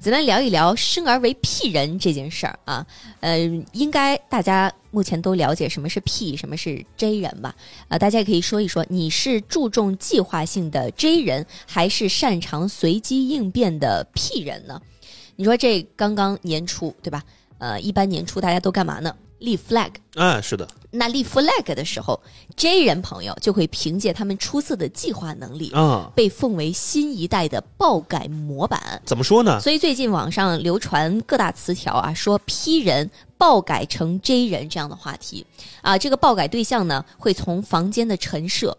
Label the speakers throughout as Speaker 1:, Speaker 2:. Speaker 1: 咱们聊一聊生而为屁人这件事儿啊，呃，应该大家目前都了解什么是屁，什么是 J 人吧？呃，大家也可以说一说，你是注重计划性的 J 人，还是擅长随机应变的屁人呢？你说这刚刚年初对吧？呃，一般年初大家都干嘛呢？立 flag。
Speaker 2: 啊，是的，
Speaker 1: 那立 flag 的时候，J 人朋友就会凭借他们出色的计划能力，
Speaker 2: 啊，
Speaker 1: 被奉为新一代的爆改模板。
Speaker 2: 怎么说呢？
Speaker 1: 所以最近网上流传各大词条啊，说 P 人爆改成 J 人这样的话题啊，这个爆改对象呢，会从房间的陈设，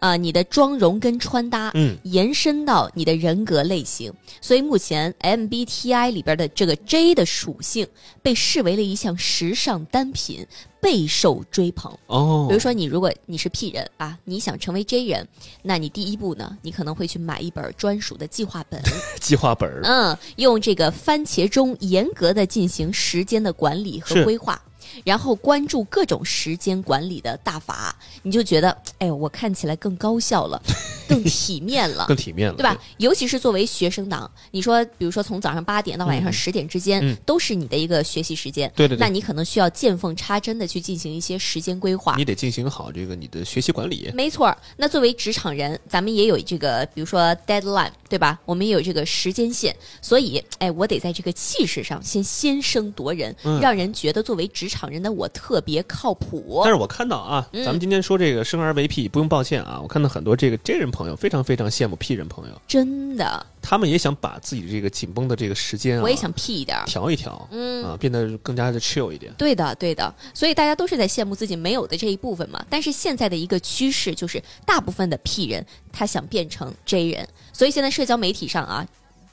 Speaker 1: 啊，你的妆容跟穿搭，
Speaker 2: 嗯，
Speaker 1: 延伸到你的人格类型。所以目前 MBTI 里边的这个 J 的属性被视为了一项时尚单品，备受追捧。
Speaker 2: 哦
Speaker 1: 比如，说，你如果你是 P 人啊，你想成为 J 人，那你第一步呢，你可能会去买一本专属的计划本，
Speaker 2: 计划本儿，
Speaker 1: 嗯，用这个番茄钟严格的进行时间的管理和
Speaker 2: 是
Speaker 1: 规划，然后关注各种时间管理的大法，你就觉得，哎呦，我看起来更高 效了，更体面了。
Speaker 2: 更体面了，
Speaker 1: 对吧？？尤其是作为学生党，你说，比如说从早上八点到晚上
Speaker 2: 嗯
Speaker 1: 十点之间，
Speaker 2: 嗯
Speaker 1: 都是你的一个学习时间。
Speaker 2: 对对对
Speaker 1: 那你可能需要见缝插针的去进行一些时间规划。
Speaker 2: 你得进行好这个你的学习管理。
Speaker 1: 没错儿，那作为职场人，咱们也有这个，比如说 deadline，对吧？我们也有这个时间线，所以，哎，我得在这个气势上先先声夺人，
Speaker 2: 嗯
Speaker 1: 让人觉得作为职场人的我特别靠谱
Speaker 2: 但。是我看到啊，
Speaker 1: 嗯
Speaker 2: 咱们今天说这个生而为 P，不用抱歉啊，我看到很多这个 J 人朋友非常非常羡慕 P 人朋友，
Speaker 1: 真的，
Speaker 2: 他们也想把自己这个紧绷的这个时间啊，
Speaker 1: 我也想屁一点儿。
Speaker 2: 调一调，
Speaker 1: 嗯
Speaker 2: 啊，变得更加的 chill 一点。
Speaker 1: 对的，对的，所以大家都是在羡慕自己没有的这一部分嘛。但是现在的一个趋势就是，大部分的 P 人他想变成 J 人，所以现在社交媒体上啊。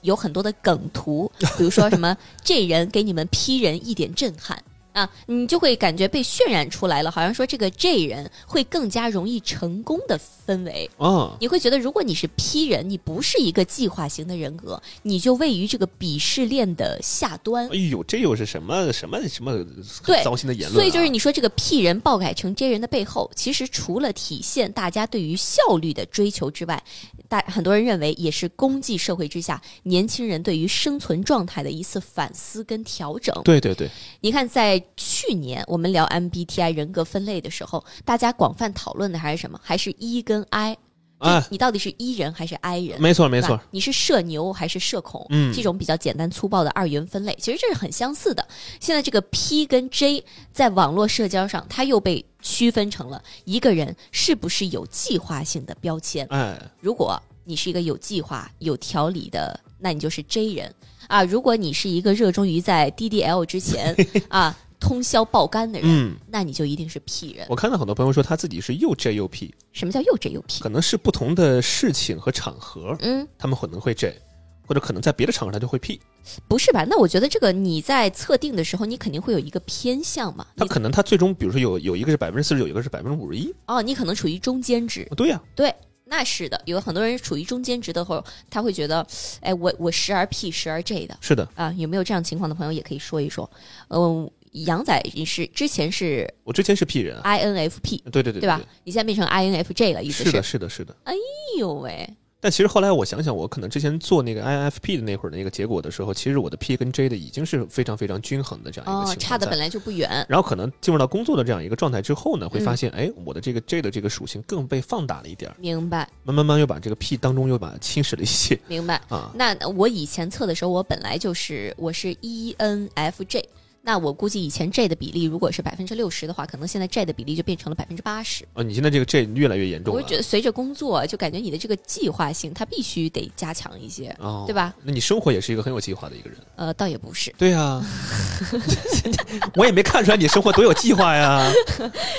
Speaker 1: 有很多的梗图，比如说什么“这人给你们 P 人一点震撼”啊，你就会感觉被渲染出来了，好像说这个 “J 人”会更加容易成功的氛围。
Speaker 2: 啊，
Speaker 1: 你会觉得，如果你是 P 人，你不是一个计划型的人格，你就位于这个鄙视链的下端
Speaker 2: 哎。呦，这又是什么什么什么
Speaker 1: 对
Speaker 2: 很糟心的言论、啊？
Speaker 1: 所以就是你说这个 P 人爆改成 J 人的背后，其实除了体现大家对于效率的追求之外，大很多人认为也是功绩社会之下年轻人对于生存状态的一次反思跟调整。
Speaker 2: 对对对，
Speaker 1: 你看，在去年我们聊 MBTI 人格分类的时候，大家广泛讨论的还是什么？还是 E 跟 I。
Speaker 2: 啊，
Speaker 1: 你到底是 E 人还是 I 人？
Speaker 2: 没错没
Speaker 1: 对
Speaker 2: 错
Speaker 1: 吧，你是社牛还是社恐？
Speaker 2: 嗯
Speaker 1: 这种比较简单粗暴的二元分类，其实这是很相似的。现在这个 P 跟 J 在网络社交上，它又被区分成了一个人是不是有计划性的标签。
Speaker 2: 哎，
Speaker 1: 如果你是一个有计划、有条理的，那你就是 J 人啊；如果你是一个热衷于在 DDL 之前啊通宵爆肝的人，
Speaker 2: 嗯，
Speaker 1: 那你就一定是 P 人。
Speaker 2: 我看到很多朋友说他自己是又 J 又 P，
Speaker 1: 什么叫又 J 又 P？
Speaker 2: 可能是不同的事情和场合，
Speaker 1: 嗯，
Speaker 2: 他们可能会 J，或者可能在别的场合他就会 P，
Speaker 1: 不是吧？那我觉得这个你在测定的时候，你肯定会有一个偏向嘛。
Speaker 2: 他
Speaker 1: 你
Speaker 2: 可能他最终比如说有有一个是百分之四十九，有一个是百分之五十一，
Speaker 1: 哦，你可能处于中间值，
Speaker 2: 对呀、
Speaker 1: 哦对，那是的。有很多人处于中间值的时候，他会觉得，哎，我我时而 P 时而 J 的
Speaker 2: 是的，
Speaker 1: 啊，有没有这样情况的朋友也可以说一说。嗯，杨仔你是之前是
Speaker 2: 我之前是 P 人啊，
Speaker 1: INFP
Speaker 2: 对对对
Speaker 1: 对吧？你现在变成 INFJ 了，意思
Speaker 2: 是的，是的，是的。
Speaker 1: 哎呦喂，
Speaker 2: 但其实后来我想想，我可能之前做那个 INFP 的那会儿的那个结果的时候，其实我的 P 跟 J 的已经是非常非常均衡的这样一个情
Speaker 1: 哦
Speaker 2: 况，在、
Speaker 1: 差的本来就不远，
Speaker 2: 然后可能进入到工作的这样一个状态之后呢，会
Speaker 1: 嗯
Speaker 2: 发现，哎，我的这个 J 的这个属性更被放大了一点儿，
Speaker 1: 明白
Speaker 2: 慢慢慢又把这个 P 当中又把它侵蚀了一些
Speaker 1: 明白。
Speaker 2: 啊。
Speaker 1: E 那我以前测的时候，我本来就是我是 ENFJ。那我估计以前 J 的比例如果是百分之六十的话，可能现在 J 的比例就变成了百分之八十。
Speaker 2: 啊，你现在这个这越来越严重
Speaker 1: 我
Speaker 2: 了
Speaker 1: 就。觉得随着工作，就感觉你的这个计划性，它必须得加强一些。
Speaker 2: 哦，
Speaker 1: 对吧？
Speaker 2: 那你生活也是一个很有计划的一个人。
Speaker 1: 呃，倒也不是，
Speaker 2: 对啊，我也没看出来你生活多有计划呀。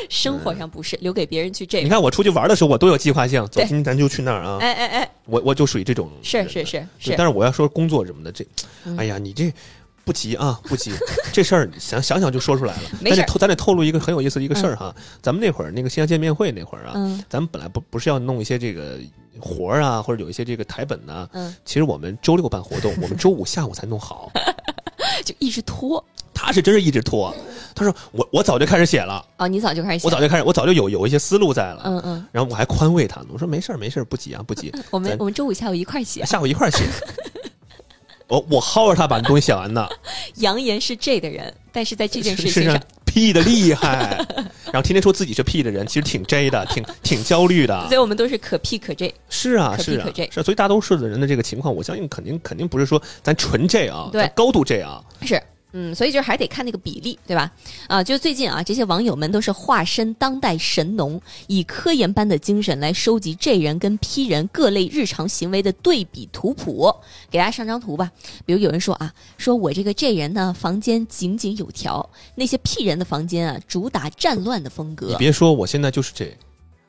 Speaker 1: 生活上不是，留给别人去
Speaker 2: 你
Speaker 1: J。
Speaker 2: 看我出去玩的时候，我多有计划性，走，
Speaker 1: 对
Speaker 2: 今天咱就去那儿啊。
Speaker 1: 哎哎哎，
Speaker 2: 我我就属于这种人
Speaker 1: 是
Speaker 2: 的，
Speaker 1: 是是
Speaker 2: 对。
Speaker 1: 是，
Speaker 2: 但是我要说工作什么的，这
Speaker 1: 嗯，
Speaker 2: 哎呀，你这不急啊，不急， 这事儿想想想就说出来了。
Speaker 1: 没
Speaker 2: 咱
Speaker 1: 事
Speaker 2: 得
Speaker 1: 儿
Speaker 2: 透，咱得透露一个很有意思的一个事儿哈。咱们那会儿那个线下见面会那会儿啊，
Speaker 1: 嗯
Speaker 2: 咱们本来不不是要弄一些这个活儿啊，或者有一些这个台本呐、
Speaker 1: 嗯，
Speaker 2: 其实我们周六办活动，我们周五下午才弄好。
Speaker 1: 就一直拖。
Speaker 2: 他是真是一直拖，他说我我早就开始写了，
Speaker 1: 哦，你早就开始
Speaker 2: 我
Speaker 1: 写
Speaker 2: 早就开始，我早就有有一些思路在了。
Speaker 1: 嗯嗯，
Speaker 2: 然后我还宽慰他呢，我说没事儿没事儿，不急啊不急，
Speaker 1: 我们
Speaker 2: 咱
Speaker 1: 我们周五下午一块儿 写。
Speaker 2: 下午一块儿写。我我薅着他把东西写完呢，
Speaker 1: 扬言是 J 的人，但是在 这件事
Speaker 2: 身
Speaker 1: 情
Speaker 2: 上
Speaker 1: 上，
Speaker 2: 屁的厉害，然后天天说自己是屁的人，其实挺 J 的，挺挺焦虑的
Speaker 1: 所。以我们都是可 P 可 J。
Speaker 2: 是啊，
Speaker 1: 可 P
Speaker 2: 是啊
Speaker 1: 可 J，
Speaker 2: 是啊所以大多数的人的这个情况，我相信肯定肯定不是说咱纯 J 啊，
Speaker 1: 对
Speaker 2: 咱高度 J 啊，
Speaker 1: 是，嗯，所以就是还得看那个比例，对吧？啊，就最近啊，这些网友们都是化身当代神农，以科研般的精神来收集 J 人跟 P 人各类日常行为的对比图谱，给大家上张图吧。比如有人说啊，说我这个 J 人呢，房间井井有条；那些 P 人的房间啊，主打战乱的风
Speaker 2: 你
Speaker 1: 格。
Speaker 2: 别说，我现在就是这，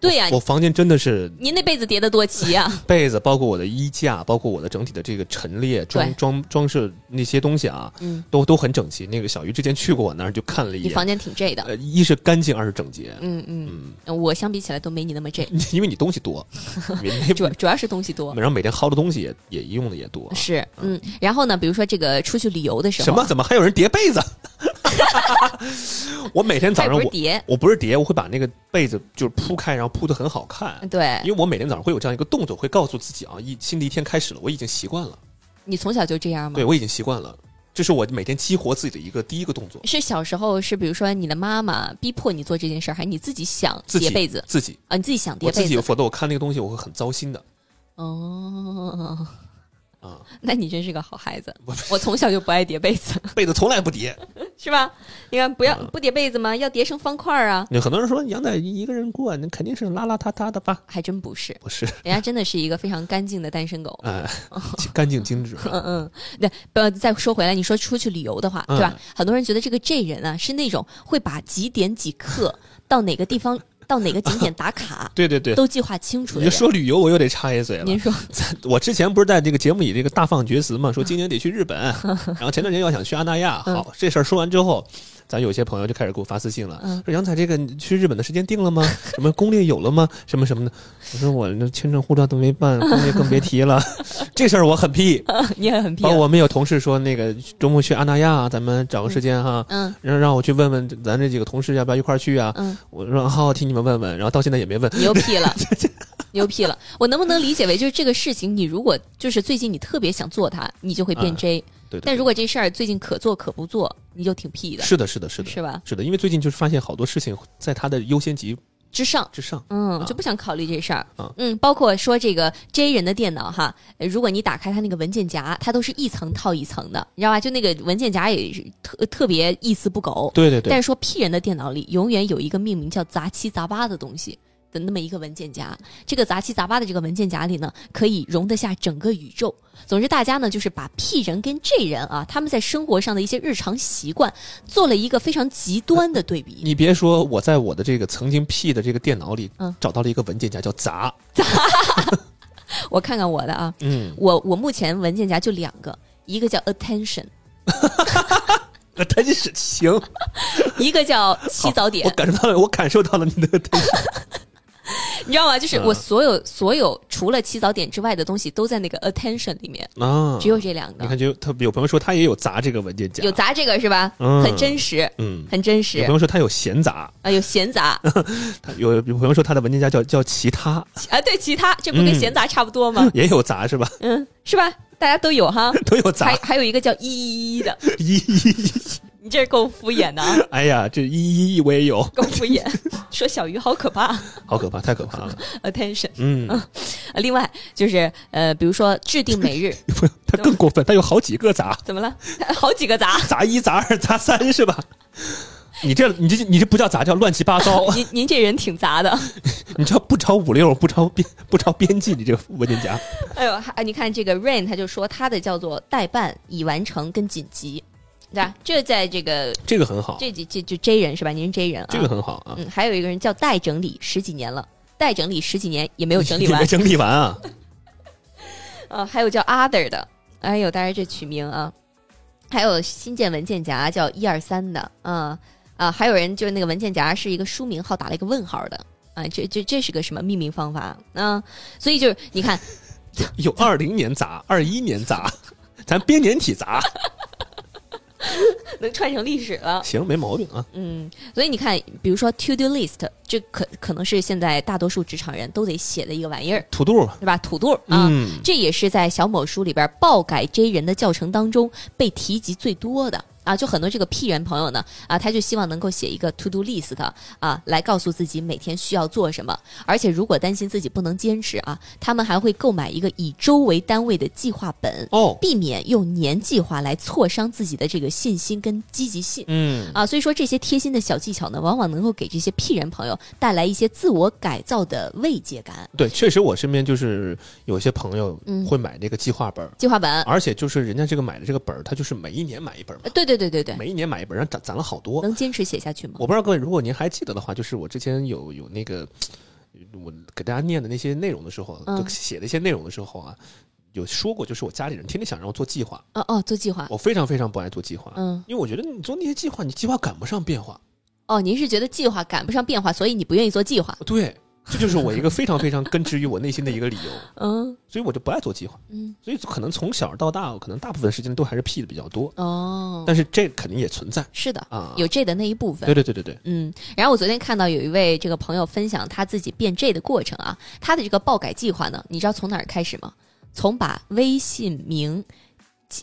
Speaker 1: 对呀、
Speaker 2: 我哎房间真的是
Speaker 1: 您那被子叠得多齐啊！
Speaker 2: 被子，包括我的衣架，包括我的整体的这个陈列装
Speaker 1: 对
Speaker 2: 装装饰那些东西啊，
Speaker 1: 嗯，
Speaker 2: 都都很整齐。那个小鱼之前去过我那儿就看了一
Speaker 1: 你
Speaker 2: 眼，
Speaker 1: 房间挺 J 的。
Speaker 2: 呃，一是干净，二是整洁。
Speaker 1: 嗯嗯，
Speaker 2: 嗯，
Speaker 1: 我相比起来都没你那么 J，
Speaker 2: 因为你东西 多，你那
Speaker 1: 主主要是东西多。
Speaker 2: 然后每天薅的东西也也用的也多。
Speaker 1: 是，嗯，然后呢，比如说这个出去旅游的时候，
Speaker 2: 啊什么？怎么还有人叠被子？ 我每天早
Speaker 1: 它也
Speaker 2: 上
Speaker 1: 不是
Speaker 2: 我
Speaker 1: 叠，
Speaker 2: 我不是叠，我会把那个被子就是铺开，然后铺的很好看。
Speaker 1: 嗯对
Speaker 2: 因为我每天早上会有这样一个动作，会告诉自己啊，一新的一天开始了，我已经习惯了。
Speaker 1: 你从小就这样吗
Speaker 2: 对，？我已经习惯了，这是我每天激活自己的一个第一个动作，
Speaker 1: 是小时候是比如说你的妈妈逼迫你做这件事儿，还是你自己想
Speaker 2: 自己
Speaker 1: 叠被子
Speaker 2: 自己，
Speaker 1: 啊？你自己想叠
Speaker 2: 我自
Speaker 1: 被
Speaker 2: 己，
Speaker 1: 子？
Speaker 2: 否则我看那个东西我会很糟心的
Speaker 1: 哦，
Speaker 2: 啊。
Speaker 1: 那你真是个好孩子。
Speaker 2: 我
Speaker 1: 我从小就不爱叠被子，
Speaker 2: 被子从来不叠。
Speaker 1: 是吧？你看，不要
Speaker 2: 嗯
Speaker 1: 不叠被子吗？要叠成方块儿啊？
Speaker 2: 有很多人说杨仔一个人过，那肯定是邋邋遢遢的吧？
Speaker 1: 还真不是，
Speaker 2: 不是，
Speaker 1: 人家真的是一个非常干净的单身狗。
Speaker 2: 哎，干净精致。
Speaker 1: 嗯嗯，对，不要再说回来，你说出去旅游的话，对
Speaker 2: 嗯
Speaker 1: 吧？很多人觉得这个 J 人啊，是那种会把几点几刻到哪个地方、到哪个景点打 卡
Speaker 2: 对对对，
Speaker 1: 都计划清楚的
Speaker 2: 你就
Speaker 1: 人。
Speaker 2: 说旅游，我又得插一嘴了。
Speaker 1: 您说，
Speaker 2: 我之前不是在这个节目里这个大放厥词嘛，说今年得去日 本，然后前段时间要想去阿那亚。
Speaker 1: 嗯
Speaker 2: 好，这事儿说完之后，咱有些朋友就开始给我发私信了，
Speaker 1: 嗯
Speaker 2: 说杨彩这个你去日本的时间定了吗？ 什么攻略有了吗？什么什么的。我说我那签证护照都没 办，攻略更别提了。这事儿我很屁。
Speaker 1: 你也很啊
Speaker 2: 包
Speaker 1: 偏
Speaker 2: 括。我们有同事说，那个周末去阿那亚，啊咱们找个时间哈。
Speaker 1: 嗯
Speaker 2: 然后让我去问问咱这几个同事要不要一块儿去啊？
Speaker 1: 嗯，
Speaker 2: 我说好好替你们问问，然后到现在也没问。
Speaker 1: 牛 批了，牛批了。我能不能理解为，就是这个事情，你如果就是最近你特别想做它，你就会变
Speaker 2: 嗯
Speaker 1: J；、
Speaker 2: 对对对，
Speaker 1: 但如果这事儿最近可做可不做，你就挺屁的，
Speaker 2: 是的，是的，是的，
Speaker 1: 是吧？
Speaker 2: 是的，因为最近就是发现好多事情在他的优先级
Speaker 1: 之上。
Speaker 2: 之上。
Speaker 1: 嗯
Speaker 2: 啊，
Speaker 1: 就不想考虑这事儿。
Speaker 2: 啊
Speaker 1: 嗯，包括说这个 J 人的电脑哈，呃如果你打开它那个文件夹，它都是一层套一层的，你知道吧？就那个文件夹也是特特别一丝不苟。
Speaker 2: 对对对，
Speaker 1: 但是说 P 人的电脑里永远有一个命名叫杂七杂八的东西的那么一个文件夹，这个杂七杂八的这个文件夹里呢，可以容得下整个宇宙。总之，大家呢就是把 P 人跟 J 人啊，他们在生活上的一些日常习惯做了一个非常极端的对比。
Speaker 2: 你别说，我在我的这个曾经 P 的这个电脑里
Speaker 1: 嗯，
Speaker 2: 找到了一个文件夹叫杂，
Speaker 1: 我看看我的啊，
Speaker 2: 嗯
Speaker 1: 我我目前文件夹就两个，一个叫 attention，
Speaker 2: 那真嗯是行，
Speaker 1: 一 个叫起早
Speaker 2: 我
Speaker 1: 点，
Speaker 2: 感受到了，我感受到了你的 真是，
Speaker 1: 你知道吗？就是
Speaker 2: 嗯
Speaker 1: 我所有、所有除了起早点之外的东西都在那个 attention 里面，
Speaker 2: 啊，
Speaker 1: 只有这两
Speaker 2: 你
Speaker 1: 个。
Speaker 2: 看就他有朋友说他也有杂这个文件夹，
Speaker 1: 有杂这个是吧？
Speaker 2: 嗯
Speaker 1: 很真实，
Speaker 2: 嗯，
Speaker 1: 很真
Speaker 2: 有
Speaker 1: 实
Speaker 2: 朋友说他有闲杂，
Speaker 1: 啊！有 闲杂
Speaker 2: 他有有朋友说他的文件夹叫叫其他，
Speaker 1: 啊，对，其他这不跟
Speaker 2: 嗯
Speaker 1: 闲杂差不 多吗？
Speaker 2: 也有杂是吧？
Speaker 1: 嗯，是吧？大家都有哈。
Speaker 2: 都有
Speaker 1: 还
Speaker 2: 杂，
Speaker 1: 还有一个叫一一一的，
Speaker 2: 一一，
Speaker 1: 你这够敷衍的啊，
Speaker 2: 哎呀，这一一我也有，
Speaker 1: 够敷衍。说小鱼好可怕
Speaker 2: 好可怕，太可怕了，
Speaker 1: ，attention。
Speaker 2: 嗯，
Speaker 1: 呃另外就是呃，比如说制定 每日
Speaker 2: 不，他更过分，他有好几个砸，
Speaker 1: 怎么了？好几个砸。。
Speaker 2: 砸一、砸二、砸三是吧？你这你这你这不叫砸，叫乱七八糟
Speaker 1: 您您这人挺杂的，
Speaker 2: 你这不着五六，不着边不着边际，你这个文件夹。
Speaker 1: 哎呦，还你看这个 Rain，他就说他的叫做代办、已完成跟紧急，对吧？这在这个
Speaker 2: 这个很好，
Speaker 1: 这这这就 J 人是吧？您是 J 人啊？
Speaker 2: 这个很好啊，
Speaker 1: 嗯，还有一个人叫待整理十几年了，待整理十几年也没有 整理
Speaker 2: 你没
Speaker 1: 完。
Speaker 2: 整理完啊，
Speaker 1: 呃，还有叫 other 的，哎呦，大家这取名啊，还有新建文件夹叫一二三的，啊、啊，还有人就是那个文件夹是一个书名号打了一个问号的。啊，这这这是个什么命名方法？嗯、所以就是你看，
Speaker 2: 有二零年砸，二一年砸， 咱编年体砸，
Speaker 1: 能串成历史了。
Speaker 2: 行，没毛病啊。
Speaker 1: 嗯，所以你看，比如说 to do list，这可可能是现在大多数职场人都得写的一个玩意儿，
Speaker 2: 土豆嘛，
Speaker 1: 对吧？土豆啊，
Speaker 2: 嗯，
Speaker 1: 这也是在小某书里边爆改 J 人的教程当中被提及最多的啊。就很多这个 P 人朋友呢啊，他就希望能够写一个 to do list 啊，来告诉自己每天需要做什么。而且如果担心自己不能坚持啊，他们还会购买一个以周为单位的计划本，
Speaker 2: 哦，
Speaker 1: 避免用年计划来挫伤自己的这个信心跟积极性。
Speaker 2: 嗯，
Speaker 1: 啊，所以说这些贴心的小技巧呢，往往能够给这些 P 人朋友带来一些自我改造的慰藉感。
Speaker 2: 对，确实我身边就是有些朋友
Speaker 1: 嗯
Speaker 2: 会买这个计划本儿，
Speaker 1: 计划本，
Speaker 2: 而且就是人家这个买的这个本儿，他就是每一年买一本儿
Speaker 1: 呃
Speaker 2: 嘛，
Speaker 1: 对对对对对，
Speaker 2: 每一年买一本儿，然后攒攒了好多。
Speaker 1: 能坚持写下去吗？
Speaker 2: 我不知道各位，如果您还记得的话，就是我之前有有那个我给大家念的那些内容的时候，
Speaker 1: 嗯
Speaker 2: 就写的一些内容的时候啊，有说过，就是我家里人天天想让我做计划，
Speaker 1: 哦哦，做计划，
Speaker 2: 我非常非常不爱做计划，
Speaker 1: 嗯，
Speaker 2: 因为我觉得你做那些计划，你计划赶不上变化。
Speaker 1: 哦，您是觉得计划赶不上变化，所以你不愿意做计划？
Speaker 2: 对，这就是我一个非常非常根植于我内心的一个理 由，
Speaker 1: 嗯
Speaker 2: 所以我就不爱做计划。
Speaker 1: 嗯，
Speaker 2: 所以可能从小到大，我可能大部分时间都还是 P 的比较多，
Speaker 1: 哦，
Speaker 2: 但是这肯定也存在
Speaker 1: 是的，
Speaker 2: 啊。
Speaker 1: 有这的那一部分
Speaker 2: 对。对对对对，
Speaker 1: 嗯，然后我昨天看到有一位这个朋友分享他自己变 J 的过程啊，他的这个爆改计划呢，你知道从哪儿开始吗？从把微信名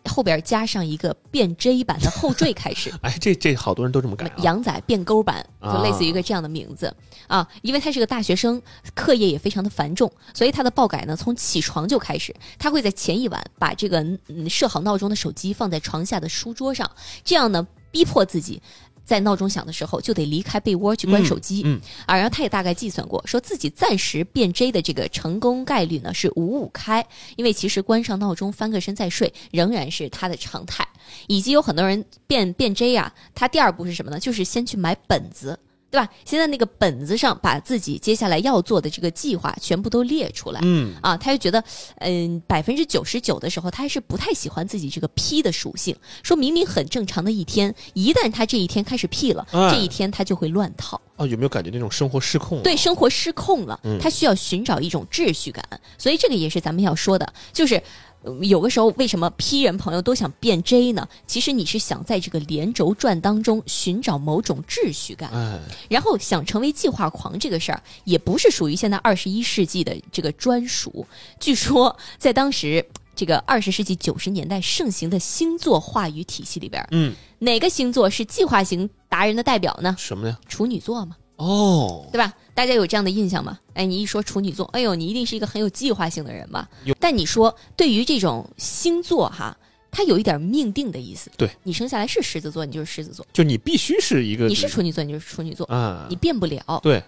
Speaker 1: 后边加上一个变 J 版的后缀开始。
Speaker 2: 哎，这这好多人都这么改
Speaker 1: 什么
Speaker 2: 啊。
Speaker 1: 羊仔变勾版，就类似于一个这样的名字啊因为他是个大学生，课业也非常的繁重，所以他的爆改呢，从起床就开始。他会在前一晚把这个嗯设好闹钟的手机放在床下的书桌上，这样呢，逼迫自己。在闹钟响的时候，就得离开被窝去关手机、
Speaker 2: 嗯嗯
Speaker 1: 啊！然后他也大概计算过，说自己暂时变 J 的这个成功概率呢是五五开，因为其实关上闹钟翻个身再睡仍然是他的常态。以及有很多人变变 J 啊，他第二步是什么呢？就是先去买本子，对吧？先在那个本子上把自己接下来要做的这个计划全部都列出来。
Speaker 2: 嗯，
Speaker 1: 啊，他就觉得，嗯，百分之九十九的时候，他还是不太喜欢自己这个 P 的属性。说明明很正常的一天，一旦他这一天开始 P 了，
Speaker 2: 哎
Speaker 1: 这一天他就会乱套，
Speaker 2: 哦，有没有感觉那种生活失控了？啊
Speaker 1: 对生活失控了。
Speaker 2: 嗯
Speaker 1: 他需要寻找一种秩序感，所以这个也是咱们要说的，就是。呃有的时候，为什么 P 人朋友都想变 J 呢？其实你是想在这个连轴转当中寻找某种秩序感，
Speaker 2: 哎，
Speaker 1: 然后想成为计划狂这个事儿，也不是属于现在二十一世纪的这个专属。据说在当时这个二十世纪九十年代盛行的星座话语体系里边，
Speaker 2: 嗯，
Speaker 1: 哪个星座是计划型达人的代表呢？
Speaker 2: 什么呀？
Speaker 1: 处女座嘛，
Speaker 2: 哦，
Speaker 1: 对吧？大家有这样的印象吗？哎，你一说处女座，哎呦，你一定是一个很有计划性的人吧
Speaker 2: 有？
Speaker 1: 但你说对于这种星座哈，它有一点命定的意思。
Speaker 2: 对
Speaker 1: 你生下来是狮子座，你就是狮子座；
Speaker 2: 就你必须是一个
Speaker 1: 你是处女座，你就是处女座。
Speaker 2: 啊
Speaker 1: 你，变不了。
Speaker 2: 对，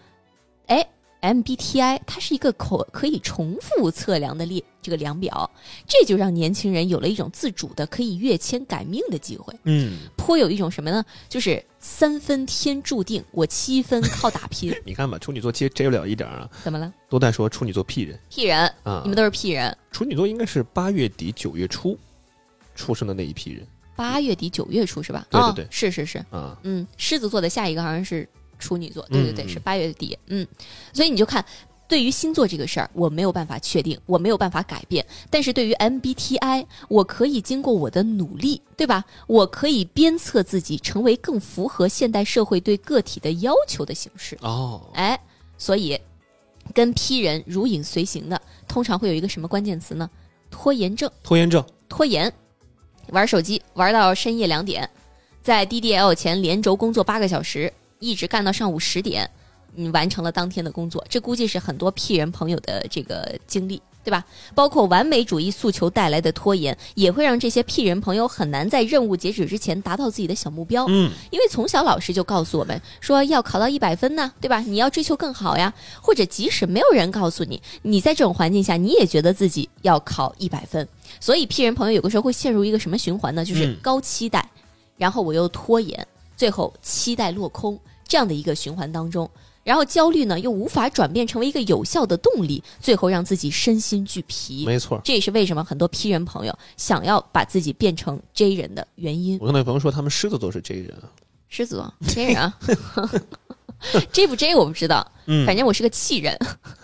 Speaker 1: 哎，MBTI 它是一个可可以重复测量的列这个量表，这就让年轻人有了一种自主的可以跃迁改命的机会，
Speaker 2: 嗯，
Speaker 1: 颇有一种什么呢？就是三分天注定，我七分靠 打拼。
Speaker 2: 你看吧，处女座接接不了一点儿啊，
Speaker 1: 怎么了？
Speaker 2: 都在说处女座屁人
Speaker 1: 屁人，
Speaker 2: 啊
Speaker 1: 你。们都是屁人。
Speaker 2: 处女座应该是八月底九月初出生的那一批人
Speaker 1: 八月底九月初是吧？
Speaker 2: 对对
Speaker 1: 哦
Speaker 2: 对
Speaker 1: 是是是。
Speaker 2: 啊，
Speaker 1: 嗯，狮子座的下一个好像是处女座，对对对，
Speaker 2: 嗯
Speaker 1: 是八月底。嗯，所以你就看，对于星座这个事儿，我没有办法确定，我没有办法改变。但是对于 MBTI，我可以经过我的努力，对吧？我可以鞭策自己，成为更符合现代社会对个体的要求的形式。
Speaker 2: 哦，
Speaker 1: 哎，所以跟 P 人如影随形的，通常会有一个什么关键词呢？拖延症。
Speaker 2: 拖延症，
Speaker 1: 拖延，玩手机玩到深夜两点，在 DDL 前连轴工作八个小时，一直干到上午十点，你完成了当天的工作，这估计是很多 P 人朋友的这个经历，对吧？包括完美主义诉求带来的拖延，也会让这些 P 人朋友很难在任务截止之前达到自己的小目标。
Speaker 2: 嗯，
Speaker 1: 因为从小老师就告诉我们说要考到一百分呢，对吧？你要追求更好呀，或者即使没有人告诉你，你在这种环境下，你也觉得自己要考一百分，所以 P 人朋友有的时候会陷入一个什么循环呢？就是
Speaker 2: 嗯
Speaker 1: 高期待，然后我又拖延，最后期待落空这样的一个循环当中。然后焦虑呢，又无法转变成为一个有效的动力，最后让自己身心俱疲。
Speaker 2: 没错。
Speaker 1: 这也是为什么很多 P 人朋友想要把自己变成 J 人的原因。
Speaker 2: 我跟那朋友说，他们狮子座是 J 人啊，
Speaker 1: 狮子座 J 人啊 ，J 不 J 我不知道，
Speaker 2: 嗯
Speaker 1: 反正我是个气人，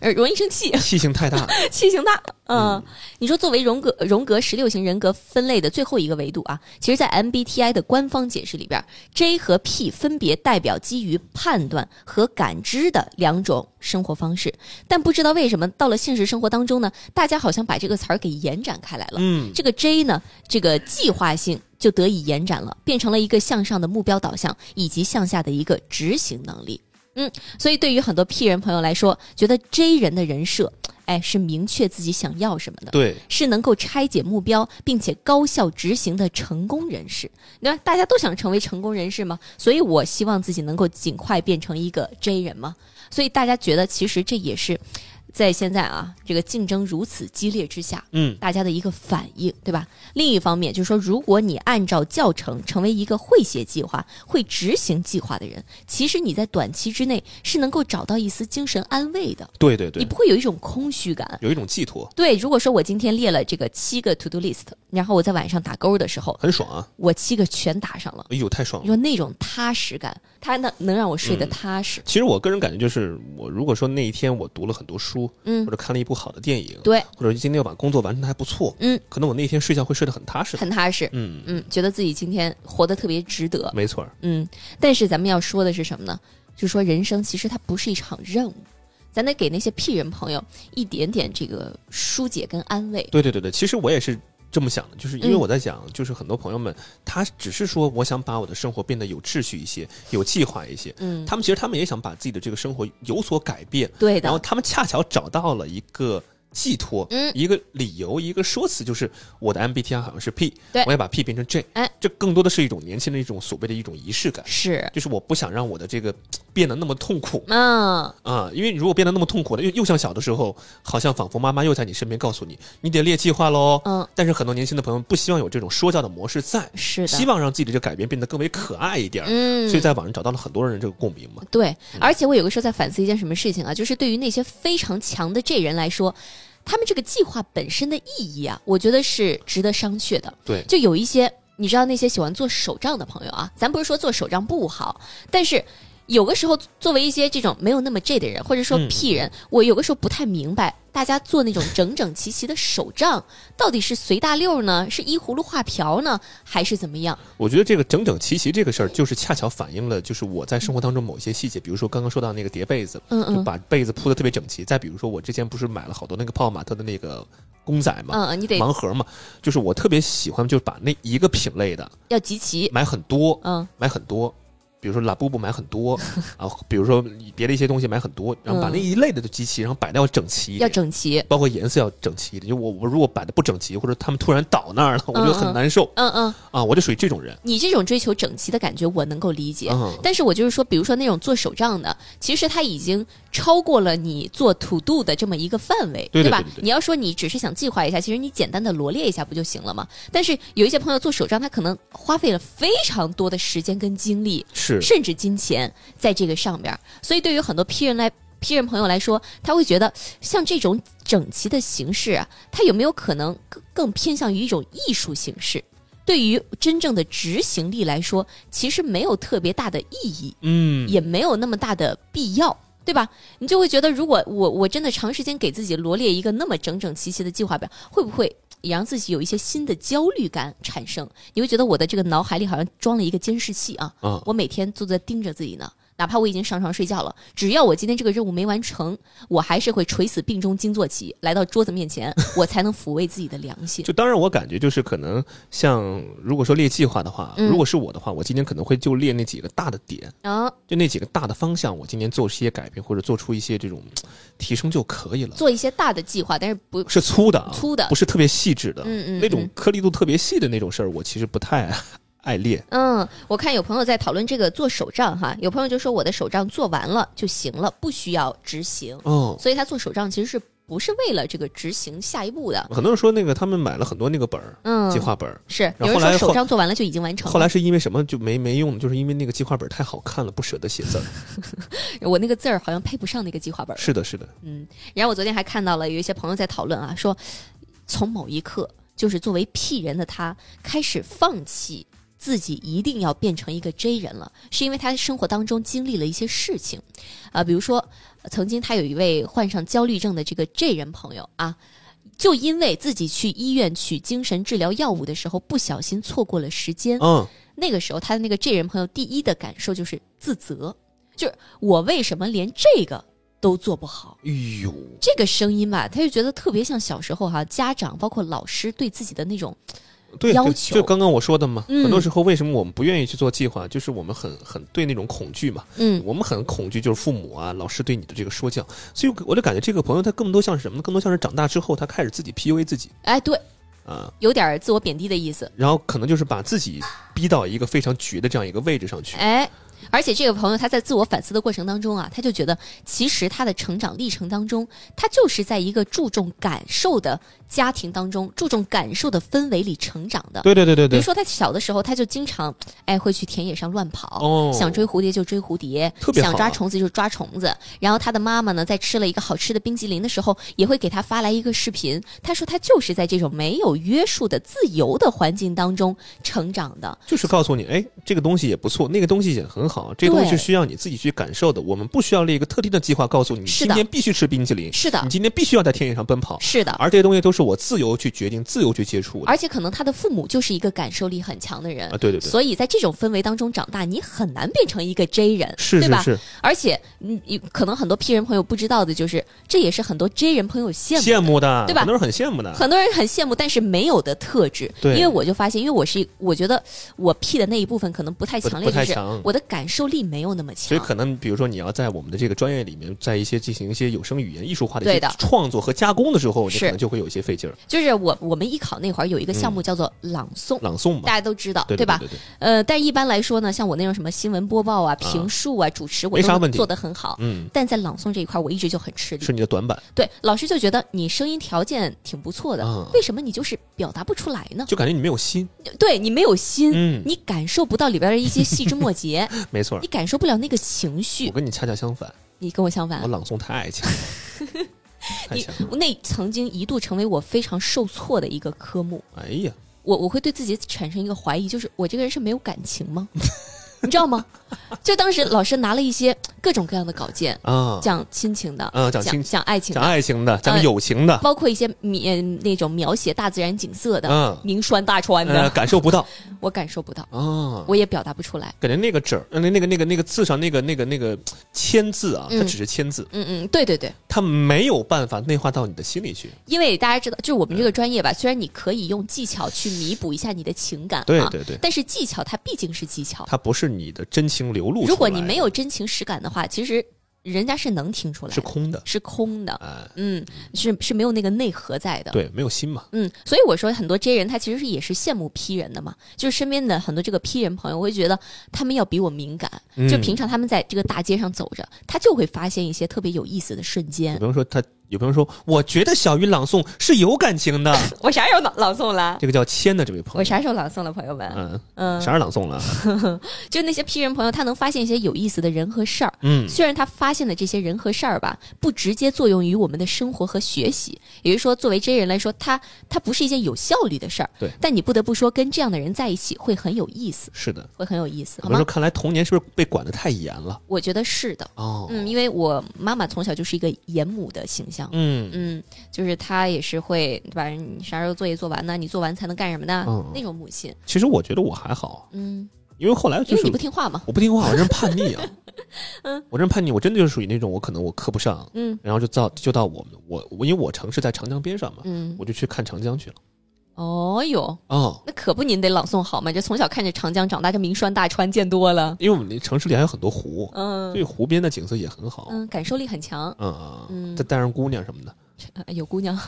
Speaker 1: 呃容易生气，
Speaker 2: 气性太大。
Speaker 1: 气性大。嗯，你说作为荣格荣格十六型人格分类的最后一个维度啊，其实，在 MBTI 的官方解释里边，J 和 P 分别代表基于判断和感知的两种生活方式。但不知道为什么，到了现实生活当中呢，大家好像把这个词儿给延展开来了。
Speaker 2: 嗯，
Speaker 1: 这个 J 呢，这个计划性就得以延展了，变成了一个向上的目标导向以及向下的一个执行能力。嗯，所以对于很多 P 人朋友来说，觉得 J 人的人设，哎，是明确自己想要什么的，
Speaker 2: 对，
Speaker 1: 是能够拆解目标并且高效执行的成功人士。对吧？大家都想成为成功人士嘛，所以我希望自己能够尽快变成一个 J 人嘛。所以大家觉得，其实这也是在现在啊这个竞争如此激烈之下，
Speaker 2: 嗯，
Speaker 1: 大家的一个反应，对吧？另一方面，就是说，如果你按照教程成为一个会写计划、会执行计划的人，其实你在短期之内是能够找到一丝精神安慰的，
Speaker 2: 对对
Speaker 1: 你
Speaker 2: 对，
Speaker 1: 不会有一种空虚感。
Speaker 2: 有一种寄托，
Speaker 1: 对，如果说我今天列了这个七个 to do list，然后我在晚上打勾的时候，
Speaker 2: 很爽啊！
Speaker 1: 我七个全打上了，
Speaker 2: 哎呦，太爽
Speaker 1: 你
Speaker 2: 了。
Speaker 1: 说那种踏实感，它能能让我睡得踏实。
Speaker 2: 其实我个人感觉就是，我如果说那一天我读了很多书，
Speaker 1: 嗯
Speaker 2: 或者看了一部好的电影，
Speaker 1: 对，
Speaker 2: 或者今天把工作完成的还不错，
Speaker 1: 嗯，
Speaker 2: 可能我那天睡觉会睡得很踏实的。
Speaker 1: 很踏实。
Speaker 2: 嗯，
Speaker 1: 嗯，觉得自己今天活得特别值得。
Speaker 2: 没错儿，
Speaker 1: 嗯，但是咱们要说的是什么呢？就是说人生其实它不是一场任务，咱得给那些 P 人朋友一点点这个疏解跟安慰。
Speaker 2: 对对对对，其实我也是。这么想的，就是因为
Speaker 1: 嗯
Speaker 2: 我在想，就是很多朋友们，他只是说我想把我的生活变得有秩序一些，有计划一些。
Speaker 1: 嗯，
Speaker 2: 他们其实他们也想把自己的这个生活有所改变，
Speaker 1: 对
Speaker 2: 然后
Speaker 1: 的，
Speaker 2: 他们恰巧找到了一个寄托，
Speaker 1: 嗯
Speaker 2: 一个理由，一个说辞，就是我的 MBTI 好像是 P，
Speaker 1: 对
Speaker 2: 我要把 P 变成 J，
Speaker 1: 哎，
Speaker 2: 这更多的是一种年轻的一种所谓的一种仪式感，
Speaker 1: 是，
Speaker 2: 就是我不想让我的这个变得那么痛苦
Speaker 1: 嗯，
Speaker 2: 啊，因为如果变得那么痛苦了，又又像小的时候，好像仿佛妈妈又在你身边告诉你，你得列计划喽，
Speaker 1: 嗯，
Speaker 2: 但是很多年轻的朋友不希望有这种说教的模式在，
Speaker 1: 是
Speaker 2: 希
Speaker 1: 的，
Speaker 2: 望让自己的这改变变得更为可爱一点儿，
Speaker 1: 嗯
Speaker 2: 所以，在网上找到了很多人的这个共鸣嘛，
Speaker 1: 对。而且我有个时候在反思一件什么事情啊，就是对于那些非常强的这人来说，他们这个计划本身的意义啊，我觉得是值得商榷的。
Speaker 2: 对，
Speaker 1: 就有一些你知道那些喜欢做手账的朋友啊，咱不是说做手账不好，但是有个时候作为一些这种没有那么 J 的人，或者说
Speaker 2: 嗯
Speaker 1: P 人，我有个时候不太明白，大家做那种整整齐齐的手账，到底是随大溜儿呢，是依葫芦画瓢呢，还是怎么样？
Speaker 2: 我觉得这个整整齐齐这个事儿，就是恰巧反映了，就是我在生活当中某一些细节，比如说刚刚说到那个叠被子，
Speaker 1: 嗯
Speaker 2: 就
Speaker 1: 嗯
Speaker 2: 把被子铺的特别整齐。再比如说，我之前不是买了好多那个泡泡玛特的那个公仔嘛，
Speaker 1: 嗯，嗯，你得
Speaker 2: 盲盒嘛，就是我特别喜欢，就是把那一个品类的
Speaker 1: 要集齐，
Speaker 2: 买很多，
Speaker 1: 嗯
Speaker 2: 买很多。比如说拉布布买很多 啊，比如说别的一些东西买很多，然后把
Speaker 1: 嗯
Speaker 2: 那一类的都集齐，然后摆的要整齐一
Speaker 1: 要
Speaker 2: 点，
Speaker 1: 整齐，
Speaker 2: 包括颜色要整齐一点。就我我如果摆的不整齐，或者他们突然倒那儿了，我就
Speaker 1: 嗯嗯
Speaker 2: 很难受
Speaker 1: 嗯嗯，
Speaker 2: 啊，我就属于这种人。
Speaker 1: 你这种追求整齐的感觉我能够理解，
Speaker 2: 嗯，
Speaker 1: 但是我就是说，比如说那种做手账的，其实它已经超过了你做 to do 的这么一个范围，
Speaker 2: 对对
Speaker 1: 吧
Speaker 2: 对对对
Speaker 1: 你要说你只是想计划一下，其实你简单的罗列一下不就行了吗？但是有一些朋友做手账，他可能花费了非常多的时间跟精力，
Speaker 2: 是
Speaker 1: 甚至金钱在这个上边儿，所以对于很多 P 人来。P 人朋友来说，他会觉得像这种整齐的形式啊，它有没有可能更更偏向于一种艺术形式？对于真正的执行力来说，其实没有特别大的意义。
Speaker 2: 嗯，
Speaker 1: 也没有那么大的必要，对吧？你就会觉得，如果我我真的长时间给自己罗列一个那么整整齐齐的计划表，会不会也让自己有一些新的焦虑感产生？你会觉得我的这个脑海里好像装了一个监视器啊，
Speaker 2: 啊，
Speaker 1: 我每天都在盯着自己呢。哪怕我已经上床睡觉了，只要我今天这个任务没完成，我还是会垂死病中惊坐起，来到桌子面前，我才能抚慰自己的良心。
Speaker 2: 就当然，我感觉就是可能像如果说列计划的话，
Speaker 1: 嗯
Speaker 2: 如果是我的话，我今年可能会就列那几个大的点，
Speaker 1: 啊，
Speaker 2: 就那几个大的方向，我今年做一些改变或者做出一些这种嘖提升就可以了。
Speaker 1: 做一些大的计划，但是不，
Speaker 2: 是粗的啊，
Speaker 1: 粗的
Speaker 2: 不是特别细致的，
Speaker 1: 嗯嗯
Speaker 2: 那种
Speaker 1: 嗯
Speaker 2: 颗粒度特别细的那种事儿，我其实不太 爱列。
Speaker 1: 嗯，我看有朋友在讨论这个做手账哈，有朋友就说我的手账做完了就行了，不需要执行，
Speaker 2: 哦，
Speaker 1: 所以他做手账其实是不是为了这个执行下一步的？
Speaker 2: 很多人说那个他们买了很多那个本儿，
Speaker 1: 嗯，
Speaker 2: 计划本儿，
Speaker 1: 是
Speaker 2: 然后
Speaker 1: 有人
Speaker 2: 后来
Speaker 1: 说手
Speaker 2: 后
Speaker 1: 账做完了就已经完成了。
Speaker 2: 后来是因为什么就没没用，就是因为那个计划本儿太好看了，不舍得写字儿。
Speaker 1: 我那个字儿好像配不上那个计划本儿。
Speaker 2: 是的，是的，
Speaker 1: 嗯，然后我昨天还看到了有一些朋友在讨论啊，说从某一刻，就是作为 P 人的他开始放弃自己一定要变成一个 J 人了，是因为他生活当中经历了一些事情，啊、比如说呃曾经他有一位患上焦虑症的这个 J 人朋友啊。就因为自己去医院取精神治疗药物的时候，不小心错过了时间，
Speaker 2: 嗯，
Speaker 1: 那个时候他的那个 J 人朋友第一的感受就是自责，就是我为什么连这个都做不好？
Speaker 2: 哎呦，
Speaker 1: 这个声音吧，他就觉得特别像小时候哈、家长包括老师对自己的那种，
Speaker 2: 对，
Speaker 1: 要
Speaker 2: 就
Speaker 1: 求
Speaker 2: 就刚刚我说的嘛，
Speaker 1: 嗯
Speaker 2: 很多时候为什么我们不愿意去做计划，就是我们很很对那种恐惧嘛，
Speaker 1: 嗯
Speaker 2: 我们很恐惧就是父母啊、老师对你的这个说教，所以我就感觉这个朋友他更多像是什么呢？更多像是长大之后他开始自己 PUA 自己
Speaker 1: 哎，对，
Speaker 2: 啊，
Speaker 1: 有点自我贬低的意思，
Speaker 2: 然后可能就是把自己逼到一个非常绝的这样一个位置上去。
Speaker 1: 哎。而且这个朋友他在自我反思的过程当中啊，他就觉得其实他的成长历程当中，他就是在一个注重感受的家庭当中，注重感受的氛围里成长的。
Speaker 2: 对对对对
Speaker 1: 比如
Speaker 2: 对，
Speaker 1: 说他小的时候，他就经常哎会去田野上乱跑，
Speaker 2: 哦
Speaker 1: 想追蝴蝶就追蝴蝶，
Speaker 2: 特别好啊
Speaker 1: 想抓虫子就抓虫子。然后他的妈妈呢，在吃了一个好吃的冰激凌的时候，也会给他发来一个视频。他说他就是在这种没有约束的自由的环境当中成长的。
Speaker 2: 就是告诉你，哎，这个东西也不错，那个东西也很好，这个东西
Speaker 1: 对
Speaker 2: 是需要你自己去感受的。我们不需要列一个特定的计划告诉你，你
Speaker 1: 是
Speaker 2: 今
Speaker 1: 的
Speaker 2: 天必须吃冰淇淋，
Speaker 1: 是的
Speaker 2: 你，今天必须要在田野上奔跑，
Speaker 1: 是的。
Speaker 2: 而这些东西都是我自由去决定、自由去接触的
Speaker 1: 而且可能他的父母就是一个感受力很强的人
Speaker 2: 啊。，对对对，
Speaker 1: 所以在这种氛围当中长大，你很难变成一个 J 人，
Speaker 2: 是
Speaker 1: 对
Speaker 2: 是
Speaker 1: 吧？
Speaker 2: 是，
Speaker 1: 而且，嗯，有可能很多 P 人朋友不知道的就是，这也是很多 J 人朋友羡慕的
Speaker 2: 羡慕的，
Speaker 1: 对吧
Speaker 2: 很多人很羡慕的，
Speaker 1: 很多人很羡慕，但是没有的特质。
Speaker 2: 对
Speaker 1: 因为我就发现，因为我是一，我觉得我 P 的那一部分可能不太强烈，
Speaker 2: 不不太
Speaker 1: 就是
Speaker 2: 强
Speaker 1: 我的感受力没有那么强。
Speaker 2: 所以可能比如说你要在我们的这个专业里面，在一些进行一些有声语言艺术化的一
Speaker 1: 对
Speaker 2: 些
Speaker 1: 的
Speaker 2: 创作和加工的时候，你
Speaker 1: 是
Speaker 2: 可能就会有一些费劲儿，
Speaker 1: 就是我我们艺考那会儿有一个项目叫做朗诵。
Speaker 2: 朗诵嘛
Speaker 1: 大，家都知道，
Speaker 2: 对
Speaker 1: 吧？
Speaker 2: 对对，
Speaker 1: 呃，但一般来说呢，像我那种什么新闻播报啊、评述啊、主持，我
Speaker 2: 没啥
Speaker 1: 都
Speaker 2: 问题
Speaker 1: 做得很好。
Speaker 2: 嗯，
Speaker 1: 但在朗诵这一块，我一直就很吃力
Speaker 2: 是。你的短板，
Speaker 1: 对，老师就觉得你声音条件挺不错的，
Speaker 2: 啊
Speaker 1: 为什么你就是表达不出来呢？
Speaker 2: 就感觉你没有心，
Speaker 1: 对你没有心，
Speaker 2: 嗯，
Speaker 1: 你感受不到里边的一些细枝末节，
Speaker 2: 没错儿
Speaker 1: 你。感受不了那个情绪
Speaker 2: 我。跟你恰恰相反，
Speaker 1: 你跟我相反
Speaker 2: 我，朗诵太 强，了，太
Speaker 1: 啊你
Speaker 2: 强，了，
Speaker 1: 那曾经一度成为我非常受挫的一个科目，
Speaker 2: 哎呀，
Speaker 1: 我我会对自己产生一个怀疑，就是我这个人是没有感情吗？ 你知道吗？就当时老师拿了一些各种各样的稿件，
Speaker 2: 啊，
Speaker 1: 讲亲情的，
Speaker 2: 啊讲
Speaker 1: 讲
Speaker 2: 亲
Speaker 1: 讲爱情
Speaker 2: 讲
Speaker 1: 的，
Speaker 2: 爱情的，讲
Speaker 1: 嗯
Speaker 2: 友情的，
Speaker 1: 包括一些描嗯那种描写大自然景色的，
Speaker 2: 嗯
Speaker 1: 名川大川
Speaker 2: 呃，
Speaker 1: 的，
Speaker 2: 感受不 到
Speaker 1: 我感受不到，
Speaker 2: 啊。
Speaker 1: 我也表达不出来。
Speaker 2: 感觉那个纸儿，呃那那个那个那个字上那个那个那个签字啊，它
Speaker 1: 嗯
Speaker 2: 只是签字，
Speaker 1: 嗯嗯，对对对。
Speaker 2: 它没有办法内化到你的心里去。
Speaker 1: 因为大家知道，就是我们这个专业吧，虽然你可以用技巧去弥补一下你的情感，
Speaker 2: 对
Speaker 1: 啊，
Speaker 2: 对对
Speaker 1: 但是技巧它毕竟是技巧，
Speaker 2: 它不是你的真情流露出来的，
Speaker 1: 如果你没有真情实感的话，其实人家是能听出来的，
Speaker 2: 是空的，
Speaker 1: 是空的，
Speaker 2: 哎，
Speaker 1: 嗯，是是没有那个内核在的。
Speaker 2: 对，没有心嘛，
Speaker 1: 嗯，所以我说很多 J 人他其实是也是羡慕 P 人的嘛，就是身边的很多这个 P 人朋友，我会觉得他们要比我敏感，
Speaker 2: 嗯
Speaker 1: 就平常他们在这个大街上走着，他就会发现一些特别有意思的瞬
Speaker 2: 有
Speaker 1: 间。
Speaker 2: 朋友说他，有朋友说，我觉得小鱼朗诵是有感情 的，
Speaker 1: 我啥时候朗朗诵了？
Speaker 2: 这个叫谦的这位朋
Speaker 1: 我
Speaker 2: 友，
Speaker 1: 啥时候朗诵了，朋友们？
Speaker 2: 嗯，
Speaker 1: 嗯，
Speaker 2: 啥时候朗诵了？
Speaker 1: 就那些 P 人朋友，他能发现一些有意思的人和事儿，
Speaker 2: 嗯，
Speaker 1: 虽然他发现的这些人和事儿吧，不直接作用于我们的生活和学习，也就是说，作为 J 人来说，他他不是一件有效率的事儿。
Speaker 2: 对
Speaker 1: 但你不得不说，跟这样的人在一起会很有意思，
Speaker 2: 是的。
Speaker 1: 会很有意思，
Speaker 2: 有
Speaker 1: 好
Speaker 2: 朋友
Speaker 1: 吗
Speaker 2: 说，？看来童年是不是被管得太严了？
Speaker 1: 我觉得是的，
Speaker 2: 哦，
Speaker 1: 嗯，因为我妈妈从小就是一个严母的形象。
Speaker 2: 嗯
Speaker 1: 嗯，就是她也是会，对吧？你啥时候作业做完呢？你做完才能干什么呢？
Speaker 2: 嗯
Speaker 1: 那种母亲，
Speaker 2: 其实我觉得我还好，
Speaker 1: 嗯，
Speaker 2: 因为后来
Speaker 1: 因
Speaker 2: 就
Speaker 1: 为
Speaker 2: 是
Speaker 1: 你不听话嘛。
Speaker 2: 我不听话，我真叛逆 啊！我真叛逆，我真的就是属于那种我可能我课不上，
Speaker 1: 嗯
Speaker 2: 然后就到就到我们我我因为我城市在长江边上嘛，
Speaker 1: 嗯，
Speaker 2: 啊我就去看长江去了。
Speaker 1: 哦哟，
Speaker 2: 哦，
Speaker 1: 那可不，您得朗诵好嘛！这从小看着长江长大，这名川大川见多了。
Speaker 2: 因为我们那城市里还有很多湖，
Speaker 1: 嗯
Speaker 2: 所以湖边的景色也很好。
Speaker 1: 嗯，感受力很强。
Speaker 2: 嗯啊，
Speaker 1: 嗯
Speaker 2: 再带上姑娘什么的，
Speaker 1: 呃有姑娘，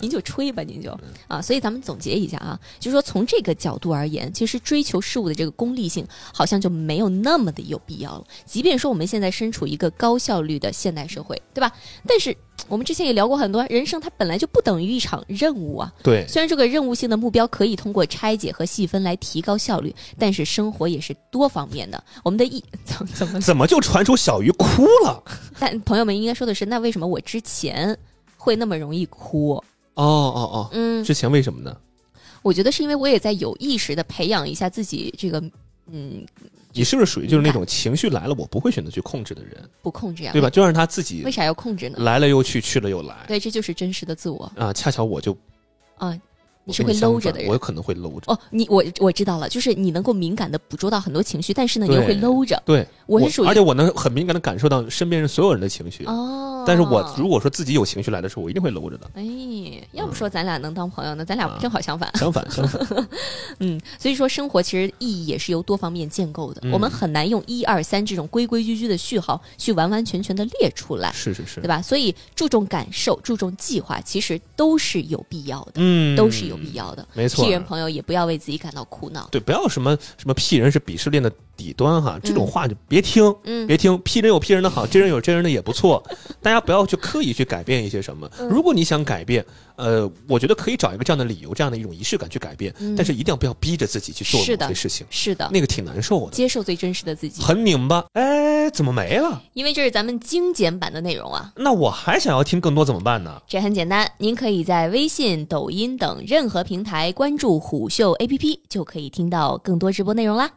Speaker 1: 您就吹吧，您就啊。所以咱们总结一下啊，就是说从这个角度而言，其实追求事物的这个功利性好像就没有那么的有必要了。即便说我们现在身处一个高效率的现代社会，对吧？但是我们之前也聊过很多，人生它本来就不等于一场任务啊。
Speaker 2: 对，
Speaker 1: 虽然这个任务性的目标可以通过拆解和细分来提高效率，但是生活也是多方面的。我们的一怎么怎么
Speaker 2: 怎么就传出小鱼哭了？
Speaker 1: 但朋友们应该说的是，那为什么我之前会那么容易哭？
Speaker 2: 哦哦哦，
Speaker 1: 嗯，
Speaker 2: 之前为什么呢？
Speaker 1: 我觉得是因为我也在有意识的培养一下自己这个嗯
Speaker 2: 你是不是属于就是那种情绪来了我不会选择去控制的人，
Speaker 1: 不控制呀、啊
Speaker 2: 对吧？就让他自己
Speaker 1: 为啥要控制呢？
Speaker 2: 来了又去，去了又来。
Speaker 1: 对，这就是真实的自我
Speaker 2: 啊，恰巧我就
Speaker 1: 啊！
Speaker 2: 我
Speaker 1: 你是
Speaker 2: 跟
Speaker 1: 会
Speaker 2: 相
Speaker 1: 搂着
Speaker 2: 反
Speaker 1: 的
Speaker 2: 我
Speaker 1: 人
Speaker 2: 可能会搂着。
Speaker 1: 哦，你我我知道了，就是你能够敏感的捕捉到很多情绪，但是呢，你又
Speaker 2: 对
Speaker 1: 会搂着。
Speaker 2: 对，
Speaker 1: 我是属于
Speaker 2: 而且我能很敏感的感受到身边人所有人的情绪。
Speaker 1: 哦，
Speaker 2: 但是我如果说自己有情绪来的时候，我一定会搂着的。
Speaker 1: 哎，要不说咱俩能当朋友呢，咱俩
Speaker 2: 啊
Speaker 1: 正好相反。
Speaker 2: 相反，相 反，
Speaker 1: 嗯，所以说生活其实意义也是由多方面建构的，
Speaker 2: 嗯
Speaker 1: 我们很难用一二三这种规规矩矩的序号去完完全全的列出来，
Speaker 2: 是是是
Speaker 1: 对，吧？所以注重感受、注重计划，其实都是有必要的，
Speaker 2: 嗯，
Speaker 1: 都是有必，要的。
Speaker 2: 没错
Speaker 1: 替。人朋友也不要为自己感到苦恼。
Speaker 2: 对，不要什么什么屁人是鄙视链的底端哈，这种
Speaker 1: 嗯
Speaker 2: 话就别听，
Speaker 1: 嗯，
Speaker 2: 别听，批人有批人的好，真人有真人的也不错。大家不要去刻意去改变一些什么。
Speaker 1: 嗯
Speaker 2: 如果你想改变，呃，我觉得可以找一个这样的理由，这样的一种仪式感去改变，但是一定要不要逼着自己去做
Speaker 1: 嗯是的
Speaker 2: 某些事情，
Speaker 1: 是的，
Speaker 2: 那个挺难受的，
Speaker 1: 接受最真实的自己，
Speaker 2: 很拧巴。哎，怎么没了？
Speaker 1: 因为这是咱们精简版的内容啊。
Speaker 2: 那我还想要听更多怎么办呢？
Speaker 1: 这很简单，您可以在微信、抖音等任何平台关注虎嗅 APP，就可以听到更多直播内容啦。